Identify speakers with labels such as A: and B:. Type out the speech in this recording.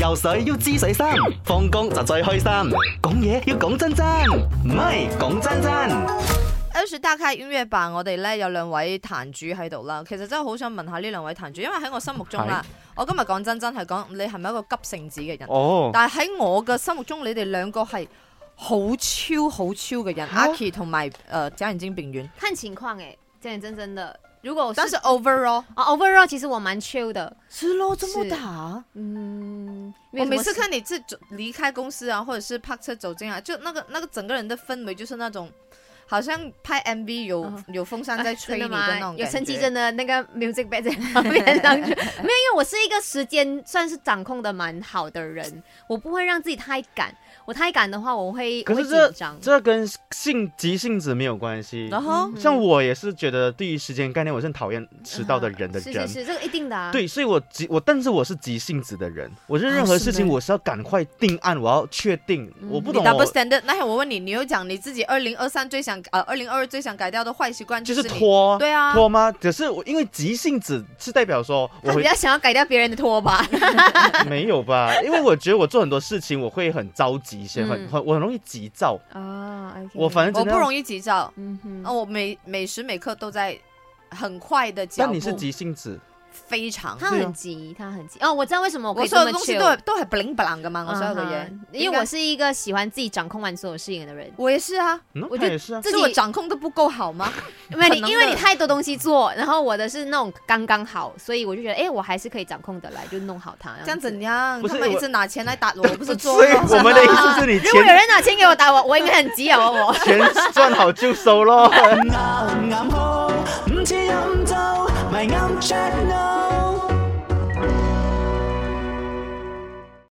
A: 游水要知水深，放工就最開心。講嘢要講真真，唔係講真真。
B: L 雪打卡音樂版，我哋咧有兩位壇主喺度啦。其實真係好想問下呢兩位壇主，因為喺我心目中啦，我今日講真真係講你係咪一個急性子嘅人？
C: 哦，
B: 但係喺我嘅心目中，你哋兩個係好超好超嘅人。阿 k 同埋呃誒假人精病院，
D: 看情况哎、真真真的，如果我
B: 但
D: 是
B: 是 overall，
D: 啊 overall，其实我蛮 chill 的，
B: 是咯，
D: 這麼
B: 打。
D: 嗯，
B: 我
D: 没有什
B: 每
D: 么
B: 次
D: 事
B: 看你这走离开公司啊，或者是泊车走进来，就那个那个整个人的氛围就是那种，好像拍 MV 有、
D: 嗯
B: 有风扇在吹你
D: 真
B: 的那种
D: 吗？有
B: 感
D: 陈绮
B: 觉
D: 贞的那个 music bed 在旁边上去， 没有，因为我是一个时间算是掌控的蛮好的人，我不会让自己太赶，我太赶的话我会
C: 可
D: 我会
C: 是
D: 紧
C: 这
D: 张。
C: 这跟性急性子没有关系。
B: 然后
D: 嗯
C: 像我也是觉得对于时间概念，我是很讨厌迟到的人的
D: 是
C: 人
D: 是。是，这个一定的啊。
C: 对，所以我急我，但是我是急性子的人，我是任何事情
B: 是吗
C: 我是要赶快定案，我要确定，
D: 嗯
C: 我不
B: 你
C: 懂
B: double
C: 我
B: standard。那天我问你，你又讲你自己二零二三最想呃二零二二最想改掉的坏习惯
C: 就是是
B: 你
C: 拖
B: 对啊，
C: 拖吗？可是我因为急性子是代表说我
D: 他比
C: 会
D: 较想要改掉别人的拖 把，
C: 没有吧？因为我觉得我做很多事情我会很着急先，很
D: 嗯
C: 很我很容易急躁，
B: 哦
D: 啊，OK，
C: 我反正
B: 我
C: 真的
B: 不
C: 要
B: 容易急躁，
D: 嗯哼
B: 啊，我每每时每刻都在很快的脚步，
C: 但你是急性子，
B: 非常，
D: 他
C: 对啊
D: 很急，他很急。哦，我知道为什么我可
B: 我
D: 以
B: 所有
D: 这
B: 的
D: 么
B: 东西
D: chill
B: 都系都系 bling bling 噶嘛，我所有嘅
D: 嗯
B: 嘢
D: 哼，因为我是一个喜欢自己掌控完所有事情 的人。
B: 我也是啊，
C: 嗯，
D: 我
C: 他
D: 就
C: 也是啊。
D: 自
B: 是我
D: 己
B: 掌控的不够好吗？
D: 因为
B: 可
D: 你
B: 能
D: 因为
B: 的
D: 你太多东西做，然后我的是那种刚刚好，所以我就觉得，哎，我还是可以掌控的来，就弄好它。
B: 这样
D: 这样子
B: 怎样？
C: 不
B: 他
C: 是
B: 们一
C: 我
B: 直拿钱来打我，不是做
C: 所以
B: 梦
C: 我们的意
B: 吗
C: 思是你
D: 啊如果有
C: 钱
D: 人拿钱给我打我，我应该很急啊！我我
C: 钱赚好就 收咯。
A: 啱啱好，唔似飲酒，咪啱 check no。